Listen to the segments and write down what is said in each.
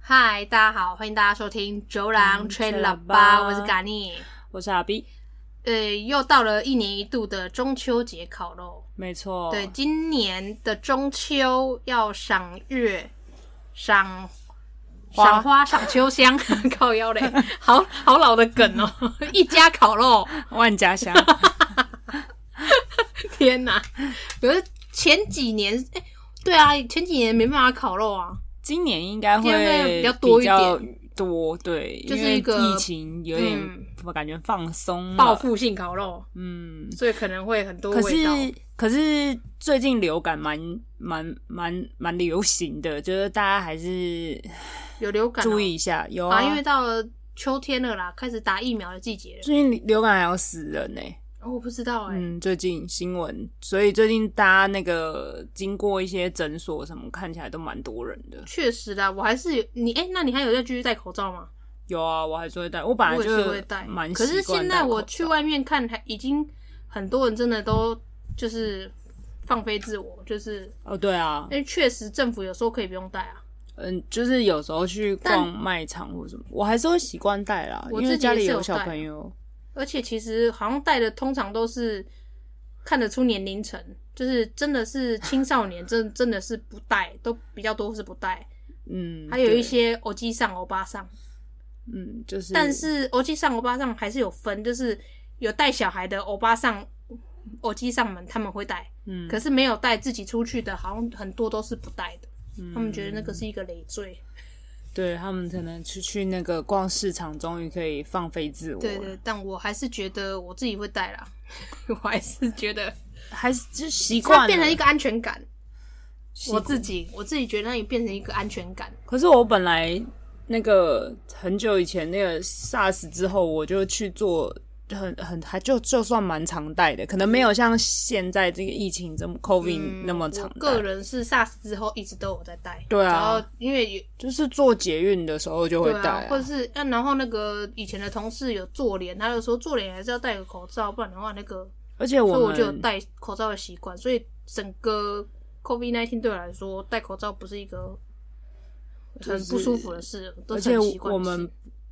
嗨，大家好，欢迎大家收听《九郎嗯吹吹喇喇叭》，叭我是嘎尼。我是阿 B，呃，又到了一年一度的中秋节烤肉。没错，对，今年的中秋要赏月、赏花赏花、赏秋香， 靠腰嘞，好好老的梗哦！ 一家烤肉，万家 香，天哪！可是前几年，哎、对啊，前几年没办法烤肉啊。今年应该今年会会比较多一点比较多对，就是因为一个疫情有点、嗯我感觉放松了报，复性烤肉，嗯，所以可能会很多可味是道。可是最近流感蛮蛮蛮蛮流行的，就是大家还是有流感、哦，注意一下，有啊，因为到了秋天了啦，开始打疫苗的季节了。最近流感还要死人呢、哦，我不知道哎、嗯，最近新闻，所以最近大家那个经过一些诊所什么，看起来都蛮多人的。确实啦，我还是有你哎、那你还有在继续戴口罩吗？有啊，我还是会戴，我本来我也就是会戴，蛮可是习惯现戴在我口罩去外面看，还已经很多人真的都就是放飞自我，就是哦，对啊因，为确实政府有时候可以不用戴啊。嗯，就是有时候去逛卖场或什么，我还是会习惯戴啦，我因为自己家也里是有啊小戴朋友，而且其实好像戴的通常都是看得出年龄层，就是真的是青少年，真真的是不戴，都比较多是不戴，嗯，还有对一，些欧基上、欧巴上。嗯，就是，但是欧基上、欧巴上还是有分，就是有带小孩的欧巴上、欧基上门他们会带，嗯，可是没有带自己出去的，好像很多都是不带的。嗯他们觉得那个是一个累赘。对他们可能去去那个逛市场，终于可以放飞自我了，对对，但我还是觉得我自己会带啦， 我还是觉得还是就习惯它了变成一个安全感。习我自己我自己觉得那也变成一个安全感。可是我本来那个很久以前那个 SARS 之后，我就去做很很还就就算蛮常戴的，可能没有像现在这个疫情这么 COVID 那嗯么我常戴。个人是 SARS 之后一直都有在带。对啊然后因为有就是做捷运的时候就会对戴、啊，或者是啊，然后那个以前的同事有做脸，他就说做脸还是要戴个口罩，不然的话那个，而且所以我我就有们戴口罩的习惯，所以整个 COVID nineteen 对我来说，戴口罩不是一个就很是不舒服的事，都而是且很习惯我的事们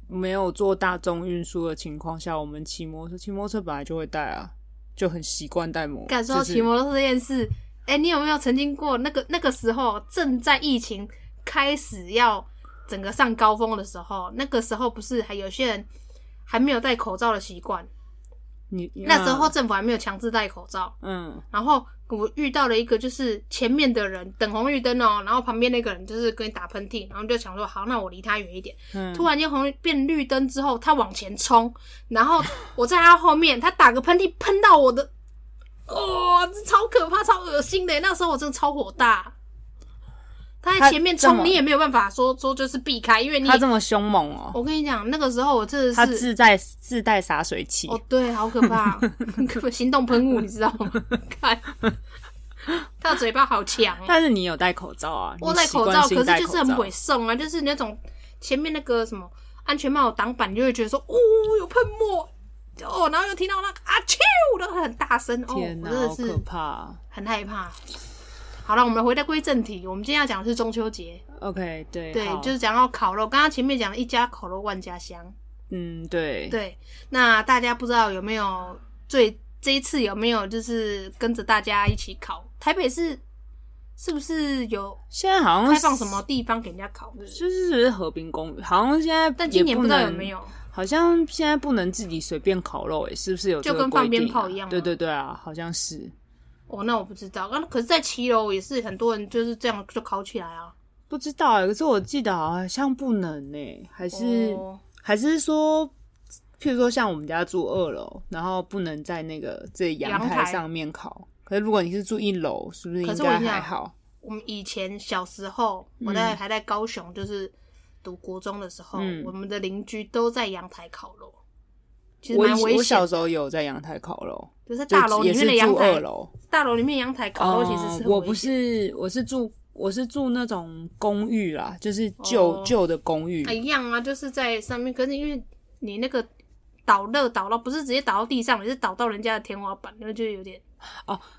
没有做大众运输的情况下，我们骑摩托车，骑摩托车本来就会戴啊，就很习惯戴摩。感受到就是骑摩托车这件事，哎、你有没有曾经过那个那个时候正在疫情开始要整个上高峰的时候，那个时候不是还有些人还没有戴口罩的习惯，你那时候政府还没有强制戴口罩。嗯然后我遇到了一个，就是前面的人等红绿灯哦，然后旁边那个人就是跟你打喷嚏，然后就想说好，那我离他远一点。嗯，突然间红变绿灯之后，他往前冲，然后我在他后面，他打个喷嚏喷到我的，哦，这超可怕，超恶心的。那时候我真的超火大。他在他前面这么冲，你也没有办法说说就是避开，因为你他这么凶猛哦、我跟你讲，那个时候我真的他是自带自带洒水器，哦，对，好可 怕，根本行动喷雾，你知道吗？ 看，他的嘴巴好强哦。但是你有戴口罩啊，我你戴习口惯罩，性可戴是就是口很罩猥送啊，就是那种前面那个什么安全帽有挡板，你就会觉得说，哦，有喷墨，哦，然后又听到那个啊啾，然后很大声，哦，天我真的好可是怕啊。很害怕。好了，我们回到归正题，我们今天要讲的是中秋节， OK，对对，好就是讲到烤肉。刚刚前面讲了一家烤肉万家香，嗯，对，对，那大家不知道有没有最这一次有没有就是跟着大家一起烤？台北市是不是有现在好像开放什么地方给人家烤？是不是就是是河滨公园，好像现在但今年也不不知道有能没，有，好像现在不能自己随便烤肉、诶，是不是有这就个跟放规定鞭炮啊一样吗对对对啊，好像是，哦，那我不知道。那可是，在骑楼也是很多人就是这样就烤起来啊。不知道、欸诶可是我记得好像不能呢、诶还是、哦还是说。譬如说，像我们家住二楼，然后不能在那个这阳阳台台上面烤。可是如果你是住一楼，是不是可应是我该跟你还讲好？我们以前小时候，我在、还在高雄，就是读国中的时候，嗯我们的邻居都在阳台烤肉，其实我蛮以危我险小的。时候有在阳台烤肉，就在就大楼里也面是的阳住二台，楼。大楼里面阳台烤肉其实是很危险哦我不是，我是住我是住那种公寓啦，就是旧、哦旧的公寓啊，一样啊，就是在上面。可是因为你那个倒热倒到不是直接倒到地上，你是倒到人家的天花板，那就有点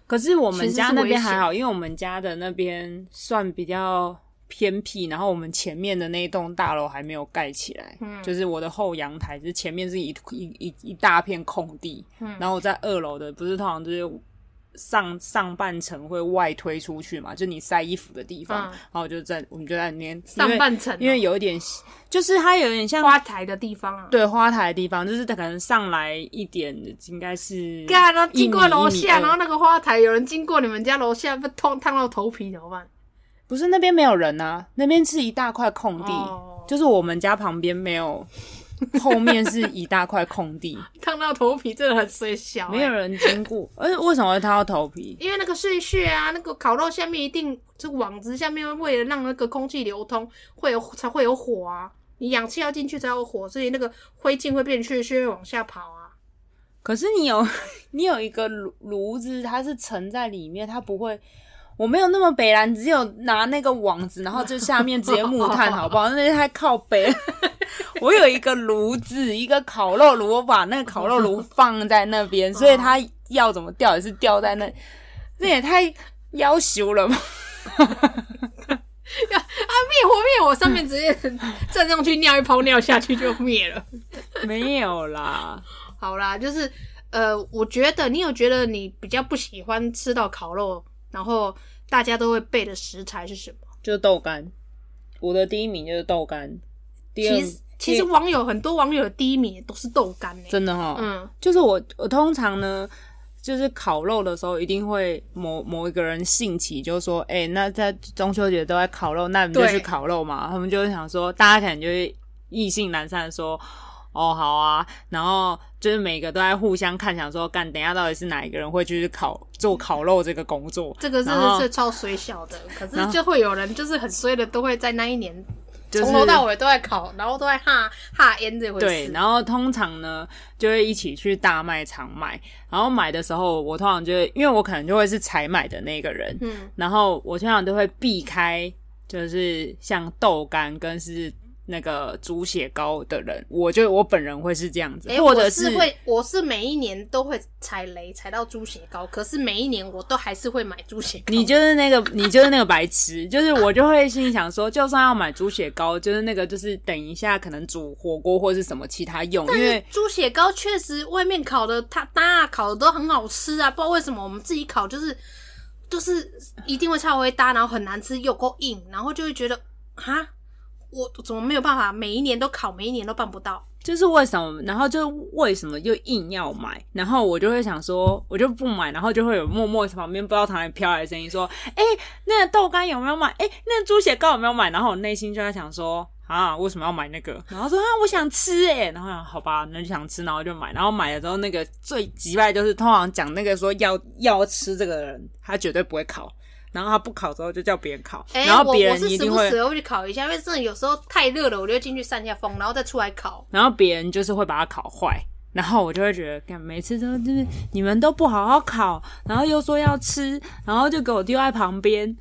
可是我们其实家是那危边险还好，因为我们家的那边算比较偏僻，然后我们前面的那一栋大楼还没有盖起来，嗯就是我的后阳台，就是前面是一一一一大片空地，嗯然后我在二楼的不是通常就是上上半层会外推出去嘛，就你晒衣服的地方，嗯然后我就在我们就在里面上半层哦、因为，因为有一点就是它有点像花台的地方啊，对花台的地方，就是它可能上来一点，应该是干啊，经过楼一米下，二然后那个花台，有人经过你们家楼下，被烫烫到头皮怎么办？不是那边没有人啊，那边是一大块空地，哦就是我们家旁边没有，后面是一大块空地，烫到头皮真的很水小、欸没有人经过。 而且为什么会烫到头皮？因为那个碎屑啊，那个烤肉下面一定这个网子下面，为了让那个空气流通，会有才会有火啊。你氧气要进去才有火，所以那个灰烬会变碎屑，往下跑啊。 可是你有你有一个炉炉子，它是沉在里面，它不会。我没有那么北蓝，只有拿那个网子，然后就下面直接木炭，好不好？那太靠北。 我有一个炉子，一个烤肉炉，我把那个烤肉炉放在那边，所以它要怎么掉也是掉在那，这也太要求了吧？灭火灭火，上面直接站上去尿一泡尿下去就灭了。 没有啦， 好啦，就是呃，我觉得你有觉得你比较不喜欢吃到烤肉，然后大家都会备的食材是什么？ 就豆干。我的第一名就是豆干，第二其实其实第网友很多网友的第一名也都是豆干呢、真的哈，嗯就是我我通常呢，就是烤肉的时候一定会某某一个人兴起，就说，哎、那在中秋节都在烤肉，那你们就对去烤肉嘛。他们就会想说，大家可能就会意兴阑珊地说。哦，好啊，然后就是每个都在互相看，想说干，等一下到底是哪一个人会去烤做烤肉这个工作？这个真然的后是超水小的，可然是后就会有人就是很衰的，都会在那一年就是从头到尾都在烤，然后都在哈哈烟这回事。对，然后通常呢就会一起去大卖场买，然后买的时候我通常就会，因为我可能就会是采买的那个人，嗯，然后我通常都会避开，就是像豆干跟是那个猪血糕的人，我就我本人会是这样子，哎、或我者是会，我是每一年都会踩雷，踩到猪血糕，可是每一年我都还是会买猪血糕。你就是那个，你就是那个白痴，就是我就会心里想说，就算要买猪血糕，就是那个，就是等一下可能煮火锅或是什么其他用，因为猪血糕确实外面烤的，它大家烤的都很好吃啊，不知道为什么我们自己烤就是就是一定会稍微搭，然后很难吃又够硬，然后就会觉得啊，我我怎么没有办法每一年都烤，每一年都办不到？就是为什么，然后就为什么又硬要买，然后我就会想说，我就不买，然后就会有默默旁边不知道哪里飘来的声音说，哎、那个豆干有没有买？哎、那个猪血糕有没有买？然后我内心就在想说，啊，为什么要买那个？然后说啊，我想吃哎、然后想好吧，那就想吃，然后就买，然后买了之后，那个最急败就是通常讲那个说要要吃这个人，他绝对不会烤。然后他不烤之后就叫别人烤，哎、然后我别我人是一时定不会，时会去烤一下，因为真的有时候太热了，我就会进去散一下风，然后再出来烤。然后别人就是会把它烤坏，然后我就会觉得，干每次都就是你们都不好好烤，然后又说要吃，然后就给我丢在旁边，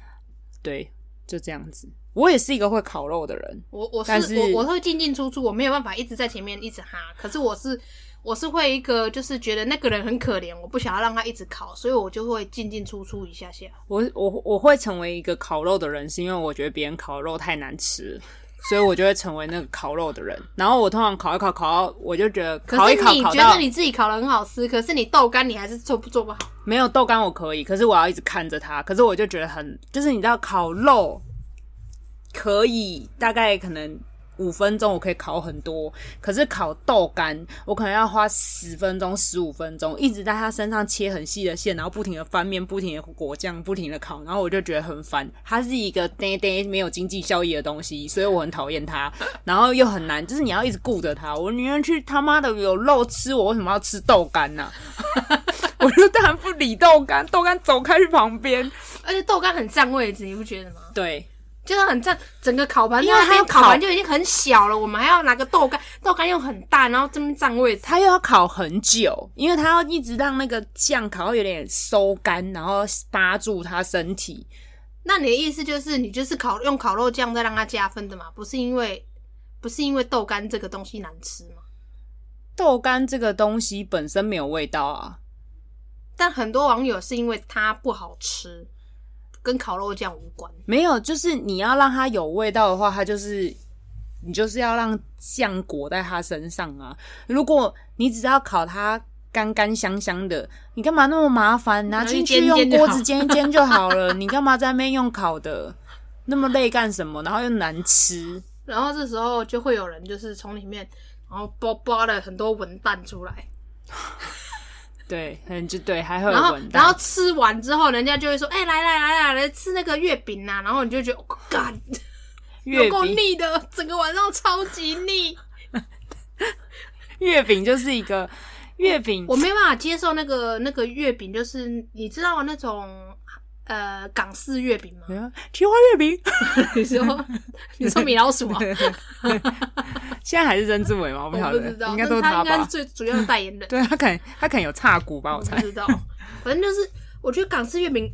对，就这样子。我也是一个会烤肉的人，我我是但是我我会进进出出，我没有办法一直在前面一直哈。可是我是我是会一个就是觉得那个人很可怜，我不想要让他一直烤，所以我就会进进出出一下下。我我我会成为一个烤肉的人，是因为我觉得别人烤肉太难吃了，所以我就会成为那个烤肉的人。然后我通常烤一烤烤到，我就觉得可烤是一烤你烤觉到得你自己烤的很好吃，可是你豆干你还是做不做不好。没有豆干我可以，可是我要一直看着它。可是我就觉得很，就是你知道烤肉可以大概可能五分钟我可以烤很多，可是烤豆干我可能要花十分钟、十五分钟，一直在它身上切很细的线，然后不停的翻面、不停的裹酱、不停的烤，然后我就觉得很烦。它是一个呆呆没有经济效益的东西，所以我很讨厌它。然后又很难，就是你要一直顾着它。我宁愿去他妈的有肉吃，我为什么要吃豆干呢、 我就当然不理豆干，豆干走开去旁边。而且豆干很占位置，你不觉得吗？对，就是很占整个烤盘，因为它它要烤烤盘就已经很小了，我们还要拿个豆干，豆干又很大，然后这边占位置。它又要烤很久，因为它要一直让那个酱烤到有点收干，然后扒住它身体。那你的意思就是你就是烤用烤肉酱再让它加分的嘛？不是因为不是因为豆干这个东西难吃吗？豆干这个东西本身没有味道啊，但很多网友是因为它不好吃，跟烤肉酱无关。没有，就是你要让它有味道的话，它就是你就是要让酱裹在它身上啊。如果你只要烤它干干香香的，你干嘛那么麻烦？拿拿去进去煎用煎就锅好子煎一煎就好了， 你干嘛在那边用烤的？那么累干什么？然后又难吃，然后这时候就会有人就是从里面，然后包包了很多文蛋出来，对，嗯，就对，还会然有后闻到。然后吃完之后，人家就会说：“哎、来来来来来吃那个月饼呐、然后你就觉得，哦干、有月够饼，腻的，整个晚上超级腻。 月饼就是 一个月饼我没办法接受那个那个月饼，就是你知道那种呃港式月饼吗？ 哎呀提花月饼， 你啊说你说米老鼠啊？现在还是曾志伟吗？ 我不晓我得，不知道，应该但都是是他应该是吧？最主要的代言人。对他可能他可能有差股吧，我我猜不。知道，反正就是我觉得港式月饼，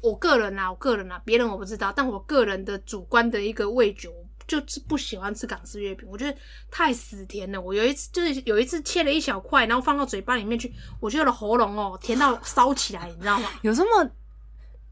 我个人啊，我个人啊，别人我不知道，但我个人的主观的一个味觉，我就是不喜欢吃港式月饼，我觉得太死甜了。我有一次就是有一次切了一小块，然后放到嘴巴里面去，我觉得我的喉咙哦甜到烧起来，你知道吗？有这么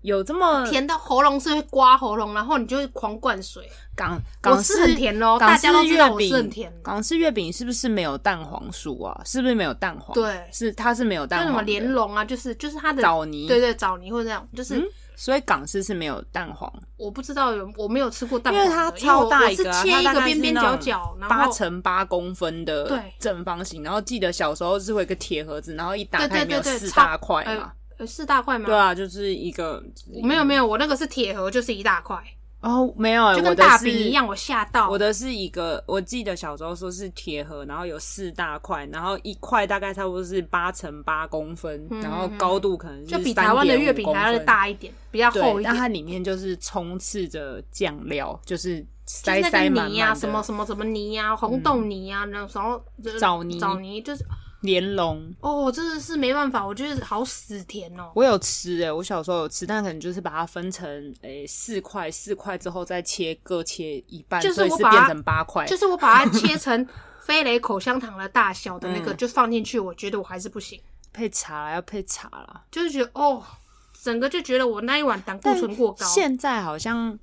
有这么甜到喉咙是会刮喉咙，然后你就会狂灌水。港我港是式很甜哦，港大式家都知道月我是很饼甜的。港式月饼是不是没有蛋黄酥啊？是不是没有蛋黄？对是它是没有像蛋什么黄莲的，蓉啊，就是就是它的枣泥嗯对对枣泥或者这样，就是、所以港式是没有蛋黄，我不知道有我没有吃过蛋因黄为的，它超因为大我一个我啊，是切一它大个概是边边那角种角，然八后乘八公分的对正方形。然后记得小时候是会有一个铁盒子，然后一打对开对里面对有对，四超大块嘛呃。呃四大块吗？对啊，就是一个我没有没有，我那个是铁盒，就是一大块，哦，没有欸，就我跟的大是饼一样，我吓到。我的是一个，我记得小时候说是铁盒，然后有四大块，然后一块大概差不多是八乘八公分，然后高度可能嗯是就比台湾的月饼还要3.5再大一点，比较公分。厚对，一但点，它里面就是充斥着酱料，就是就塞是那塞个满泥呀、满什么的嗯什么什么泥呀、红豆泥呀、然后然后就是枣泥枣泥就是莲蓉。哦，真的是没办法，我觉得好死甜哦。我有吃诶、我小时候有吃，但可能就是把它分成诶、四块，四块之后再切各切一半，就是所以我是把变它成八块。就是我把它切成飞雷口香糖的大小的嗯那个，就放进去，我觉得我还是不行，配茶啦要配茶啦。就是觉得哦，整个就觉得我那一碗胆固醇过高。现在好像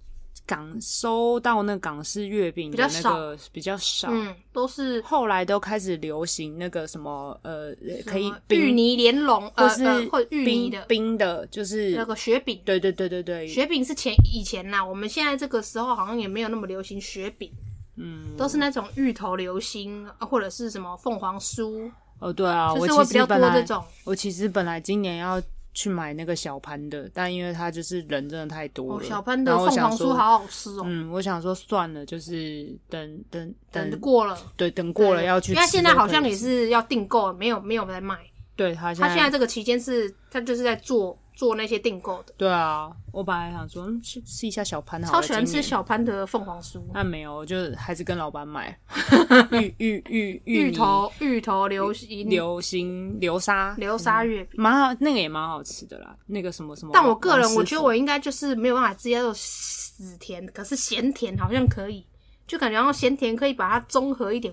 港收到那港式月饼的那个比较少，嗯，都是后来都开始流行那个什么呃，可以什么芋冰泥莲蓉，或呃是呃或者芋泥冰的冰的，就是那个雪饼。对对对对对，雪饼是前以前啦，我们现在这个时候好像也没有那么流行雪饼，嗯，都是那种芋头流心啊或者是什么凤凰酥，哦对啊，就我是会其比实较本多这来种。我其实本来今年要。去买那个小盘的，但因为它就是人真的太多哦，了，小潘的然后我凤想凰酥说，好好吃哦，嗯，我想说算了，就是等等等等，过了。对，等过了要去吃因就为他可以吃。现在好像也是要订购，没有没有在卖。对他现他在现在这个期间是，他就是在做做那些订购的。对啊，我本来想说嗯去吃一下小潘好超了，喜欢今吃年，小潘的凤凰酥、但没有，我就还是跟老板 买芋芋芋芋芋泥头、芋头流心、流心流沙流沙月饼。蛮好，那个也蛮好吃的啦，那个什么什么王。但我个人，王我师觉得傅我应该就是没有办法直接做死甜，可是咸甜好像可以，就感觉到咸甜可以把它综合一点，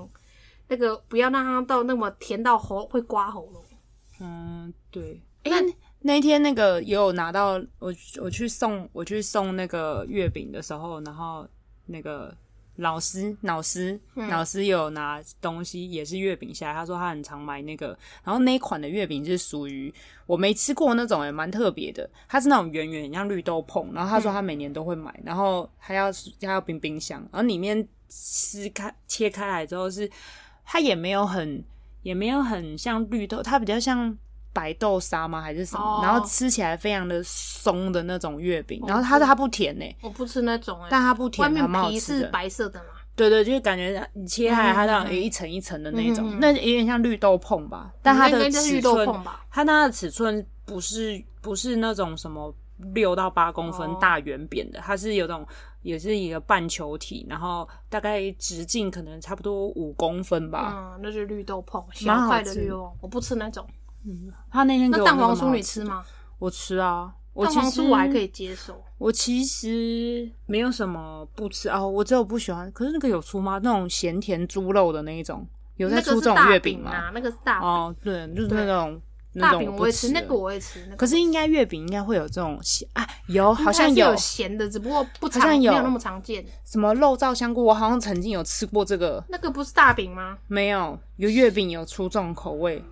那个不要让它到那么甜到喉会刮喉咙。嗯对，那那一天那个也有拿到，我我去送我去送那个月饼的时候，然后那个老师老师、嗯老师有拿东西，也是月饼下来。他说他很常买那个，然后那一款的月饼是属于我没吃过那种，也蛮特别的。它是那种圆圆，很像绿豆椪。然后他说他每年都会买，嗯然后还要还要冰冰箱，然后里面撕开切开来之后是，它也没有很也没有很像绿豆，它比较像。白豆沙吗？还是什么哦然后吃起来非常的松的那种月饼，哦然后它是它不甜呢、我不吃那种哎、但它不甜，外面还蛮好皮吃是的。白色的嘛，对对，就是感觉你切开来，嗯它那种一层一层的那种，那有点像绿豆椪吧，但它嗯应的该就是尺绿豆寸椪，吧？它那的尺寸不是不是那种什么六到八公分哦大圆扁的，它是有种也是一个半球体，然后大概直径可能差不多五公分吧。嗯，那就是绿豆椪，蛮好小块的吃绿豆椪，我不吃那种。它那天给那我蛋个黄蛮酥好你吃吗？我吃啊，我蛋其黄实酥我还可以接受，我其实没有什么不吃哦，我只有不喜欢。可是那个有出吗？那种咸甜猪肉的那一种，有在那个出这是种大月饼饼吗？哦啊，那个是大饼。哦，对，就是那种那大种饼我我不会吃，那了个我会吃。那个可是应该月饼应该会有这种咸啊，有应好该像是有有咸的，只不过不常好像有没有那么常见。什么肉燥香菇，我好像曾经有吃过这个，那个不是大饼吗？没有有月饼有出这种口味，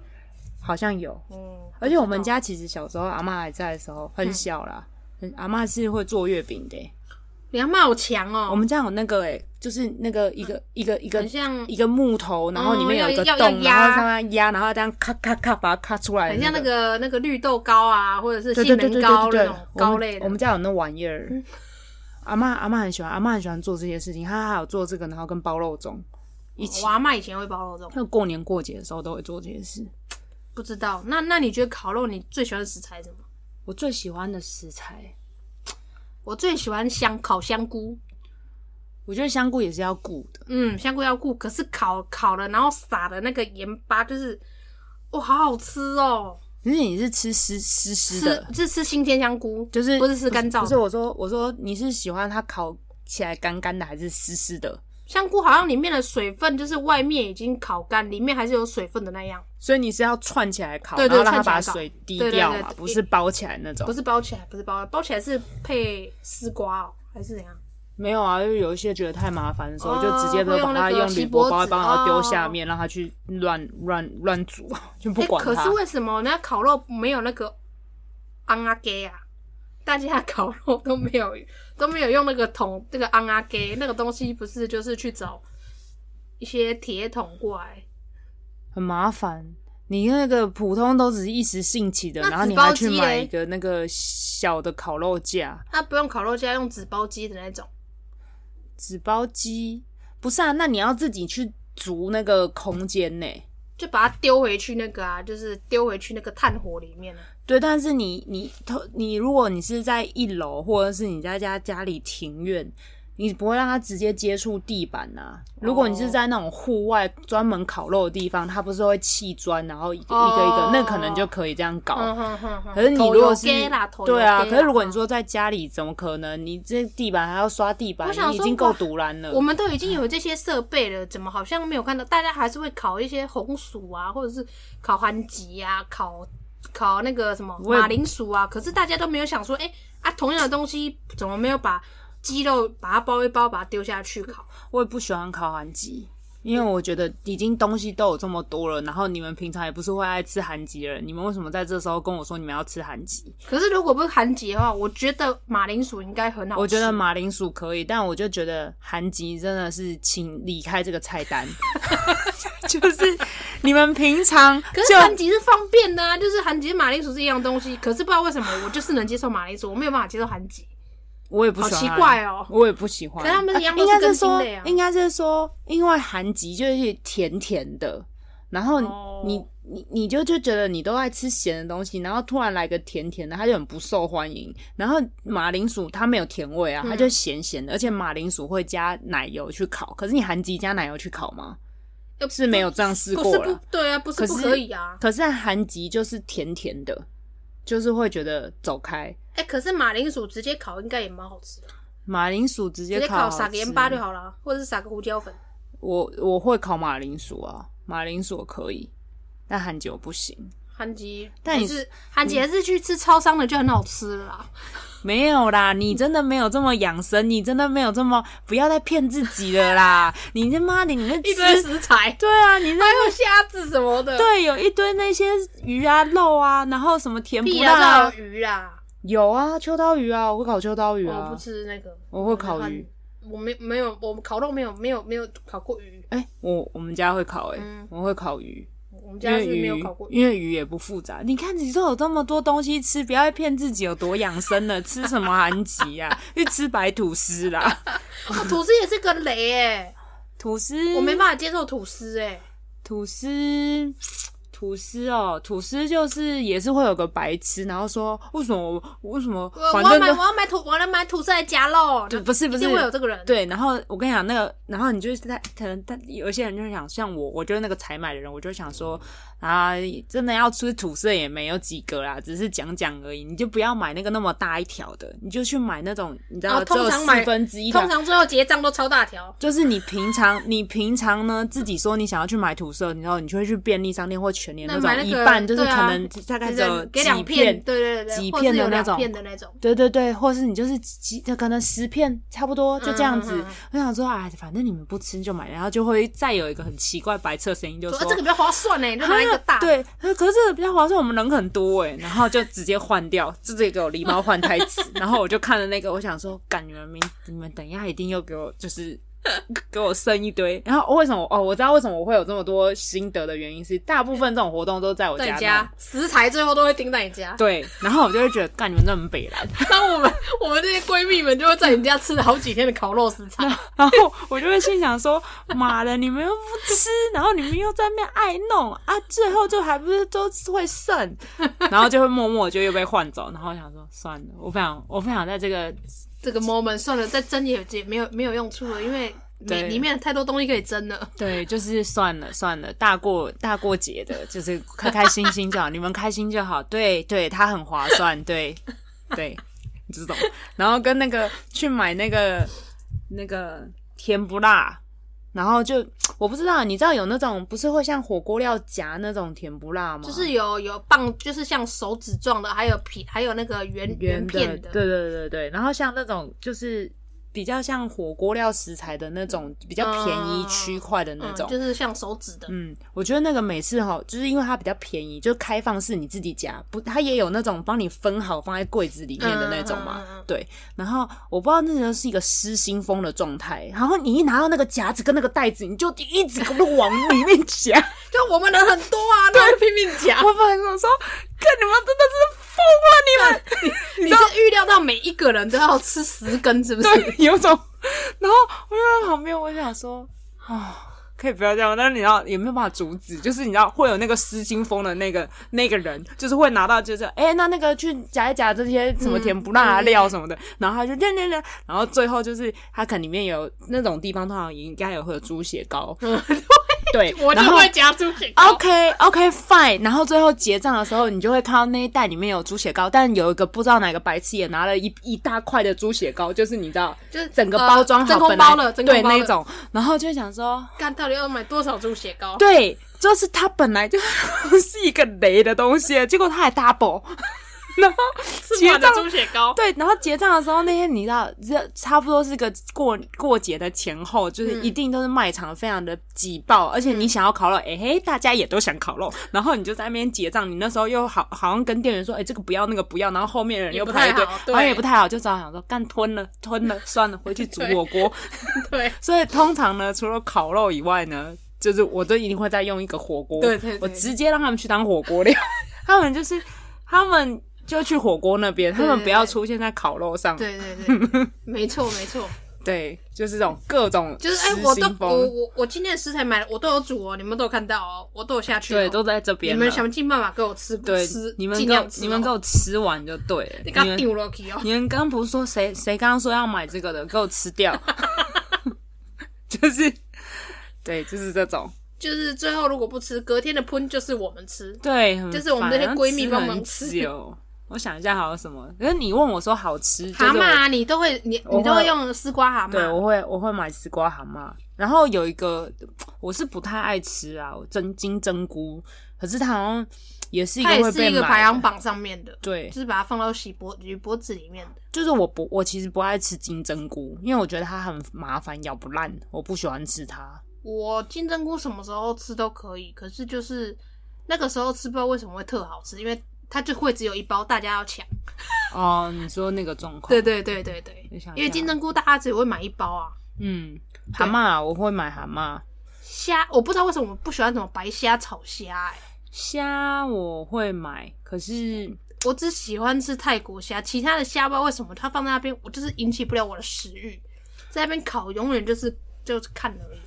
好像有。嗯，而且我们家其实小时候阿妈还在的时候很小啦，很阿妈是会做月饼的欸、你阿妈好强我哦，们家有那个诶、欸就是那个一个、一个一个嗯很像一个木头，然后里面有一个哦要要洞，要然压后让它压，然后这样咔咔咔把它咔出来、很像那个。个那个绿豆糕啊，或者是对杏对仁对对糕对那对种，我糕们类的我。们家有那玩意儿。阿妈阿妈很喜欢，阿妈很喜欢做这些事情，她还有做这个，然后跟包肉粽一起我。阿妈以前会包肉粽，那过年过节的时候都会做这些事。不知道。那那你觉得烤肉你最喜欢的食材是什么？我最喜欢的食材，我最喜欢香烤香菇，我觉得香菇也是要顾的。嗯，香菇要顾，可是烤烤了，然后撒的那个盐巴，就是哇，好好吃哦！可是你是吃湿湿湿吃的，是吃新鲜香菇，就是不是吃干燥的不是我说我说你是喜欢它烤起来干干的，还是湿湿的？香菇好像里面的水分就是外面已经烤干，里面还是有水分的那样，所以你是要串起来烤，对对然后让它把串起来烤水滴对对掉嘛，对对不是包起来那种不。是包起来，不是包，包起来是配丝瓜哦，还是怎样？没有啊，就有一些觉得太麻烦的时候，哦就直接都会把用那它个用铝锡箔箔包一纸包，然后丢下哦面，让它去乱乱乱煮， 就不哎、管可它。是为什么人家烤肉没有那个昂啊给啊？大家烤肉都没有都没有用那个桶，那个昂啊给那个东西，不是就是去找一些铁桶过来？很麻烦。你那个普通都只是一时兴起的，那然后你纸包还去鸡买嘞一个那个小的烤肉架，那、不用烤肉架，用纸包鸡的那种。纸包鸡不是啊？那你要自己去足那个空间呢、就把它丢回去那个啊，就是丢回去那个炭火里面啊。对，但是你你头你，如果你是在一楼，或者是你在家家里庭院，你不会让它直接接触地板呐、啊如果你哦是在那种户外专门烤肉的地方，它不是会砌砖，然后一个、一个一个，那可能就可以这样搞。哦嗯哼哼哼可是你如果是头油鸡啦头油对啊，鸡可啦嗯是如果你说在家里，怎么可能？你这地板还要刷地板，我想你已说经够哇堵然了我。们都已经有这些设备了，怎么好像没有看到？大家还是会烤一些红薯啊，或者是烤番吉啊，烤烤那个什么我也马铃薯啊。可是大家都没有想说，哎、啊，同样的东西怎么没有把鸡肉把它包一包，把它丢下去烤？我也不喜欢烤韩鸡，因为我觉得已经东西都有这么多了，然后你们平常也不是会爱吃韩鸡的人，你们为什么在这时候跟我说你们要吃韩鸡？可是如果不是韩吉的话，我觉得马铃薯应该很好吃。我觉得马铃薯可以，但我就觉得韩鸡真的是请离开这个菜单， 就是你们平常可是就韩吉是方便的啊，就是韩吉马铃薯是一样东西，可是不知道为什么我就是能接受马铃薯，我没有办法接受韩吉。我也不喜好欢，奇怪哦我也不喜欢。可是他们一样应都该是是根茎说类啊，应该是说，因为韩籍就是甜甜的，然后你、哦你你你就就觉得你都爱吃咸的东西，然后突然来个甜甜的，它就很不受欢迎。然后马铃薯它没有甜味嗯啊，它就咸咸的，而且马铃薯会加奶油去烤，可是你韩籍加奶油去烤吗？呃是没有这样试不过是了。不对啊，不是可不是可以啊。可是韩籍就是甜甜的，就是会觉得走开。哎、可是马铃薯直接烤应该也蛮好吃的，马铃薯直直接接烤烤好撒个盐吃巴就好了，啊或者是撒个胡椒粉。我我会烤马铃薯啊，马铃薯我可以，但韩酒不行。韩吉，但你是韩吉还是去吃超商的就很好吃了啦。没有啦，你真的没有这么养生，你真的没有这么不要再骗自己了啦！你他妈的，你那一堆吃食材，对啊，你 那还有虾子什么的，对有一堆那些鱼啊、肉啊，然后什么甜屁不啊，辣还有啊，鱼啦，有啊，秋刀鱼啊，我会烤秋刀鱼我啊不，吃那个，我会烤鱼。我没没有，我们烤肉没有没有没有烤过鱼，哎、我我们家会烤哎、嗯我会烤鱼，我们因家为是没有鱼烤过鱼。因为鱼也不复杂。你看，你都有这么多东西吃，不要再骗自己有多养生了，吃什么韩吉呀、去吃白吐司啦，哦，吐司也是个雷哎、吐司我没办法接受吐司哎、吐司。吐司哦，吐司就是也是会有个白痴，然后说为什么为什么我我嗯反要正买都我要买吐我要买吐司来夹肉，对不是不一是定会有这个人。对，然后我跟你讲那个，然后你就是他可能他有一些人就会想像我，我就是那个采买的人，我就想说，啊，真的要吃土色也没有几个啦，只是讲讲而已。你就不要买那个那么大一条的，你就去买那种你知道、哦只通有常四买分之一条通，常最后结账都超大条，就是你平常，你平常呢自己说你想要去买土色，然后你就会去便利商店或全年那那种，买那一个半就是对啊可能大概只有给两几片，对对对，几或片是的有那两种片的那种，对对对，或是你就是几可能十片差不多就这样子。嗯嗯嗯嗯我想说，哎，反正你们不吃就买，然后就会再有一个很奇怪白色声音，就说说、啊这个比较划算呢，你就啊拿一个大，， 对，呃可是这个比较划算，我们人很多哎，然后就直接换掉，就直接给我狸猫换太子，然后我就看了那个，我想说，干你们明，你们等一下一定又给我就是。 给我剩一堆，然后为什么？哦，我知道为什么我会有这么多心得的原因是，大部分这种活动都在我在家你弄。家食材最后都会盯在你家， 对，然后我就会觉得，干你们这么北蓝，当我们我们这些闺蜜们就会在你家吃了好几天的烤肉食材，然后我就会心想说：“妈的，你们又不吃，然后你们又在那边爱弄啊，最后就还不是都会剩， 然后就会默默就又被换走。”然后我想说：“算了，我不想，我不想在这个这个 moment 算了，再蒸也也没有没有用处了，因为对里里面太多东西可以蒸了。对，就是算了算了，大过大过节的，就是开开心心就好，你们开心就好。对对，它很划算，对对，这种。然后跟那个去买那个那个甜不辣，然后就我不知道，你知道有那种不是会像火锅料夹那种甜不辣吗？就是有有棒，就是像手指状的，还有皮，还有那个圆圆圆片的，对对对对。然后像那种就是比较像火锅料食材的那种，比较便宜嗯区块的那种嗯，。就是像手指的，嗯，我觉得那个每次哈，就是因为它比较便宜，就开放式你自己夹，不，它也有那种帮你分好放在柜子里面的那种嘛。嗯嗯嗯嗯对，然后我不知道那时候是一个失心疯的状态，然后你一拿到那个夹子跟那个袋子，你就一直给我往里面夹。就我们人很多啊，然后拼命夹。我本来想说，看你们真的是疯 了，你们。你是预料到每一个人都要吃十根，是不是？对，有种。 然后我就在旁边，我想说啊。可以不要这样，但是你要也没有办法阻止，就是你知道会有那个失心疯的那个那个人，就是会拿到就是哎、那那个去夹一夹这些什么甜不辣啊料什么的，然后他就练练练，然后最后就是他可能里面有那种地方通常应该有会有猪血糕，对，我就然后会夹出去。 OK OK fine，然后最后结账的时候，你就会看到那一袋里面有猪血糕，但有一个不知道哪个白痴也拿了一一大块的猪血糕，就是你知道，就是整个包装好、呃真空本来包了真空对包了那种，然后就想说，哦干到底要买多少猪血糕？ 对，就是它本来就 是一个雷的东西，结果它还 double，然 后吃结完的账猪血糕，对，然后结账的时候，那天你知道，这差不多是个过过节的前后，就是嗯一定都是卖场非常的挤爆，而且你想要烤肉，哎、嘿，大家也都想烤肉， 然后你就在那边结账，你那时候又好好像跟店员说，哎、这个不要那个不要，然后后面人也又不排太队，好然后也对不太好，就只好想说干吞了吞了，算了，回去煮 对火锅。 对，所以通常呢，除了烤肉以外呢，就是我都一定会再用一个火锅，对对对我直接让他们去当火 锅料，他们就是他们就去火锅那边，他对们不要出现在烤肉上，对对 对，没错没错，对就是这种各种就是哎，失我都心疯我我我今天的食材买了，我都有煮哦，你们都有看到哦，我都有下去哦，对都在这你边了，们想尽办法给我吃，对吃，你们尽给我量吃哦，你们给我吃完就对了，你你给我们丢了去哦。你们刚不是说谁谁刚刚说要买这个的，给我吃掉， 就是对，就是这种。就是最后如果不吃，隔天的喷就是我们吃。对，很就是我们烦这些闺蜜要帮忙很吃久 我想一下还有什么？可是你问我说好吃，就是蛤我蟆啊，你都会你我会你都会用丝瓜蛤对，我蟆，会我会买丝瓜蛤蟆，然后有一个我是不太爱吃啊，我真金针菇，可是它好像也是一个它也会是被一个买排行的。榜上面的，对就，是把它放到洗脖鱼脖子里面的。就是我不，我其实不爱吃金针菇，因为我觉得它很麻烦，咬不烂，我不喜欢吃它。我金针菇什么时候吃都可以，可是就是那个时候吃不知道为什么会特好吃，因为它就会只有一包，大家要抢。哦，你说那个状况？对，对对对对，我想一因为下金针菇大家只会买一包啊。嗯，蛤对蟆啊我会买蛤蟆，虾我不知道为什么我不喜欢什么白虾炒虾、欸，虾我会买，可是我只喜欢吃泰国虾，其他的虾不知道为什么它放在那边，我就是引起不了我的食欲。在那边烤，永远就是就是看而已。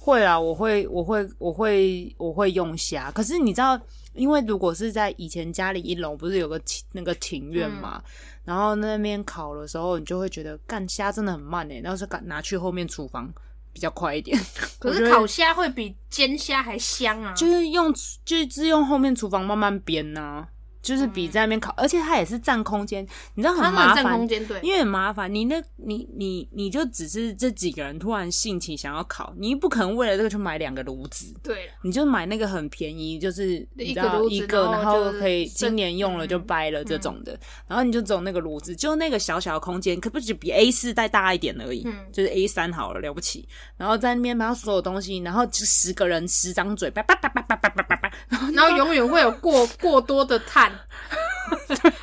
会啦，我会，我会，我会，我会用虾。可是你知道，因为如果是在以前家里一楼不是有个庭那个庭院嗯嘛，然欸后那边烤的时候，你就会觉得干虾真的很慢诶、然后是赶拿去后面厨房。比较快一点。 可我觉是得烤虾会比煎虾还香啊！就是用就是用后面厨房慢慢编呐、就是比在那边烤，而且它也是占空间，你知道嗯它很麻很烦占，空间，对，因为很麻烦，你那你你你就只是这几个人突然兴起想要烤，你不可能为了这个去买两个炉子，对了，你就买那个很便宜，就是你知一个道炉子一个，然然后后就是嗯可以这今年用了就掰了这种的，然后你就走那个炉子，就那个小小的空间，可不只比 A 四再大一点而已，嗯就是 A 三好了，了不起。然后在那边把所有东西，然后就十个人十张嘴，叭叭叭叭叭叭叭叭叭，然后永远会有 过过多的碳，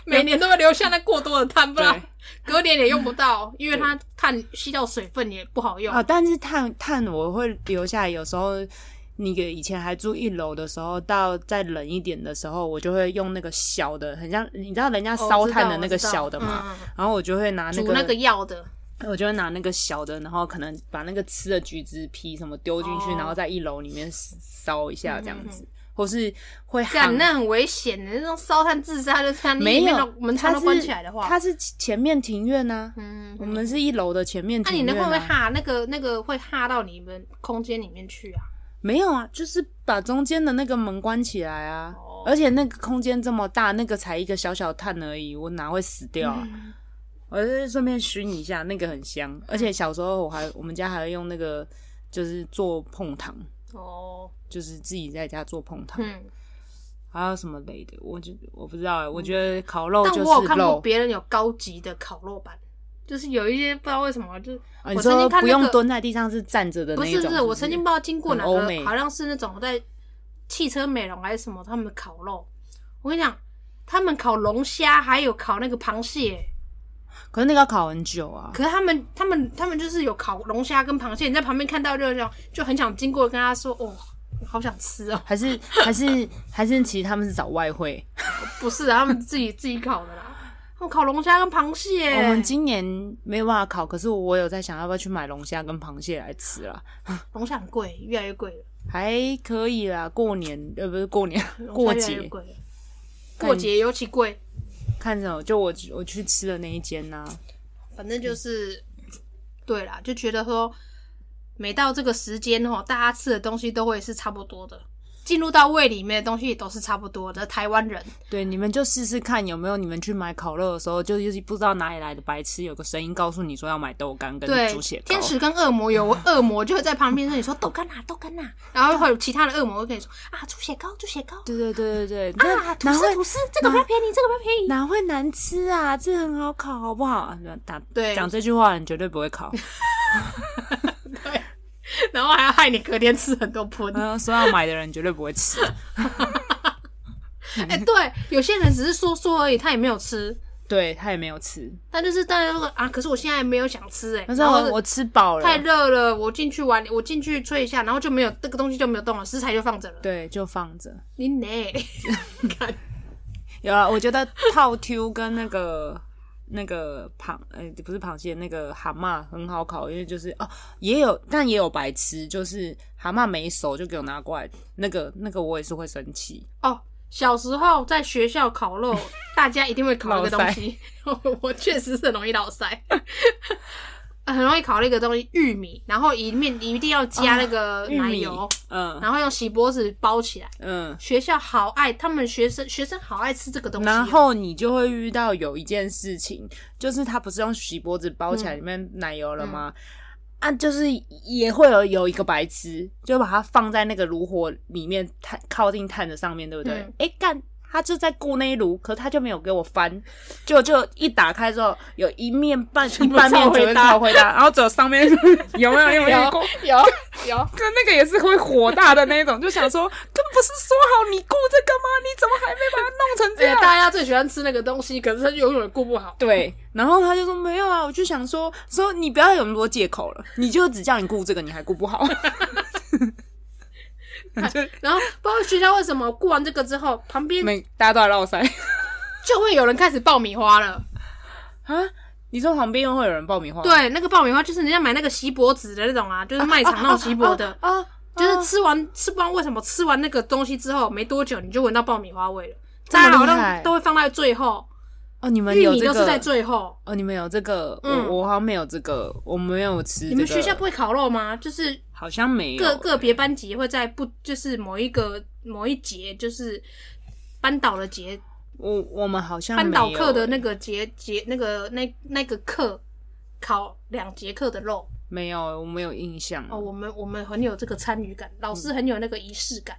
每年都会留下那过多的碳，不然对隔年也用不到，因为它碳吸到水分也不好用啊，。但是碳碳我会留下来，有时候。那个以前还住一楼的时候，到再冷一点的时候，我就会用那个小的，很像你知道人家哦烧我知道炭的那我个知道小的嘛，嗯嗯嗯然后我就会拿那煮个那个药的，我就会拿那个小的，然后可能把那个吃的橘子皮什么丢进去，哦嗯然后在一楼里面烧一下这样子，或是会干喊那很危险的，那种烧炭自杀就像没你里面有的门窗都它是关起来的话，它是前面庭院呐、嗯，我们是一楼的前面那庭你院、那啊。会不会哈那个那个会哈到你们空间里面去啊？没有啊，就是把中间的那个门关起来啊。哦而且那个空间这么大，那个才一个小小炭而已，我哪会死掉嗯啊？我就是顺便熏一下，那个很香。嗯而且小时候我还我们家还会用那个，就是做碰糖，哦，就是自己在家做碰糖。嗯，还有什么类的，我就我不知道欸。我觉得烤肉嗯但就是我有看过肉，别人有高级的烤肉版，就是有一些不知道为什么，就是啊你我曾说经看不那用个蹲在地上是站着的不那一是种。不是是，我曾经不知道经过哪很欧美个，好像是那种在汽车美容还是什么，他们烤肉。我跟你讲，他们烤龙虾，还有烤那个螃蟹。可是那个要烤很久啊。可是他们他们他们就是有烤龙虾跟螃蟹，你在旁边看到就就就很想经过跟他说，哦，我好想吃哦。 还是还是还是，其实他们是找外汇。不是啊，他们自己自己烤的啦。他们烤龙虾跟螃蟹。我们今年没有办法烤，可是我有在想要不要去买龙虾跟螃蟹来吃啦，龙虾很贵，越来越贵了。还可以啦。过年呃不是过年过龙虾越来越节贵了。过节尤其贵，看什么？就我我去吃的那一间啊呐、反正就是，对啦，就觉得说，每到这个时间哦，大家吃的东西都会是差不多的，进入到胃里面的东西也都是差不多的。台湾人，对，你们就试试看有没有你们去买烤肉的时候，就就是不知道哪里来的白痴，有个声音告诉你说要买豆干跟对猪血，糕。天使跟恶魔 有恶魔就会在旁边跟你说豆干啊，豆干啊，然后会有其他的恶魔会跟你说啊，猪血糕，猪血糕对对对对对，啊，那吐哪司会吐司，这个比较便宜，这个比较便宜。哪会难吃啊？这很好烤，好不好？打对讲这句话的人绝对不会 烤， 然后还要害你隔天吃很多 喷。嗯，说要买的人绝对不会 吃。哎、对，有些人只是说说而已，他也没有吃。对他也没有吃，他就是大家都说啊，可是我现在没有想吃哎、他然说后我我吃饱了，太热了，我进去玩，我进去吹一下，然后就没有这个东西就没有动了，食材就放着了。对，就放着。你呢？看有啊，我觉得套 Q 跟那个 那个螃呃、不是螃蟹，那个蛤蟆很好烤，因为就是哦也有，但也有白痴，就是蛤蟆没熟就给我拿过来，那个那个我也是会生气。哦，小时候在学校烤 肉，大家一定会烤一个东西， 我确实是很容易老塞， 很容易烤那个东西，玉米，然后里面一定要加那个哦玉奶米油，，嗯然后用锡箔纸包起来。嗯，学校好爱，他们学生学生好爱吃这个东西哦、然后你就会遇到有一件事情，就是它不是用锡箔纸包起来里面奶油了吗？嗯啊，就是也会有有一个白痴，就把它放在那个炉火里面炭靠近炭的上面，对不对嗯？哎、干、他就在顾那一炉，可他就没有给我翻，就就一打开之后，有一面半一半面只会超超回答，然后只有上面有没有 有没有遇过？有 有，跟那个也是会火大的那种，就想说，更不是说好你顾这个吗？你怎么还没把它弄成这对，样？哎大家最喜欢吃那个东西，可是他永远顾不好。 对，然后他就说没有啊，我就想说说你不要有那么多借口了，你就只叫你顾这个，你还顾不 好。然后不知道学校为什么过完这个之后，旁边每大家都在绕 塞就会有人开始爆米花了。啊！你说旁边又会有人爆米花？对，那个爆米花就是人家买那个锡箔纸的那种 啊，就是卖场那种锡箔的，啊，就是吃完吃不知道为什么吃完那个东西之后没多久，你就闻到爆米花味了。这么大家好厉害像都会放在最后，哦，你们玉有米这都是在个最后。哦，你们有这个，嗯我我好像没有这个，我没有吃、这个。你们学校不会烤肉吗？就是好像没有各个别班级会在不就是某一个某一节就是班导的节，我我们好像班导没有课的欸那个节节那个那那个课烤两节课的肉没有，我没有印象。哦，我们我们很有这个参与感，老师很有那个仪式感，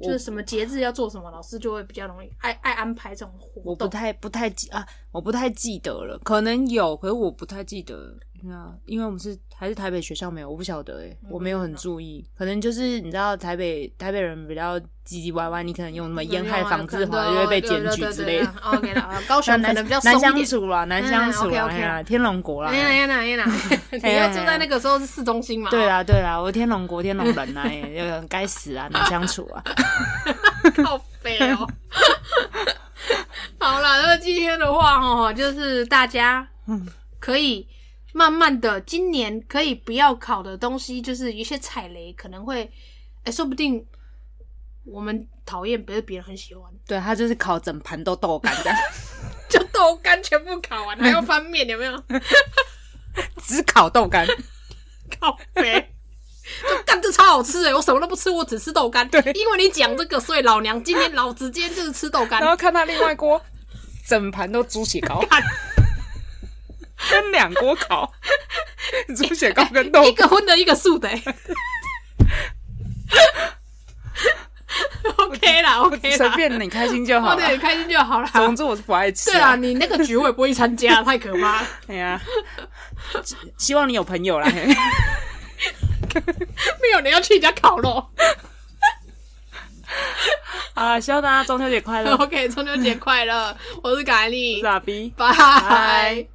就是什么节日要做什么，老师就会比较容易爱爱安排这种活我不动。太不太记啊，我不太记得了，可能有，可是我不太记得。那因为我们是还是台北学校没有，我不晓得哎、我嗯没有很注意，可能就是你知道台北台北人比较唧唧歪歪，你可能用什么有烟没有害啊防治可能法都就会被检举之类对对对对。的对 OK 啦，高雄 可但难能比较松难一相点。处啦，难相处嗯啦，，OK，OK 哎呀，天龙国啦哎。呀哎呀哎呀 哎呀！你要住在那个时候是市中心嘛？对啊啦，对啦，我天龙国天龙 人啦，哎呃该死啊，难相处啊。 靠背哦。好啦，那今天的话哦，就是大家可以慢慢的，今年可以不要考的东西，就是一些踩雷，可能会，哎、说不定我们讨厌，不是别人很喜欢， 对啊他就是烤整盘都豆干这样， 就豆干全部考完，还要翻面，有没 有？只烤豆干。靠背。就干这超好吃哎、我什么都不吃，我只吃豆干。对，因为你讲这个，所以老娘今天老子今天就是吃豆 干然。后看他另外一锅，整盘都猪血糕，跟两锅烤， 猪血糕跟豆一个荤的，一个素 的、欸。OK 啦，OK 随啦，便你开心就好过得了。很开心就好啦。总之我是不爱吃、对啊，，你那个局我也不会参加，太可怕了。哎呀，希望你有朋友 啦。 没有人要去你家烤肉。 好啦，希望大 家中秋节快乐，我 OK，中秋节快乐！我是咖是喱，傻逼。拜。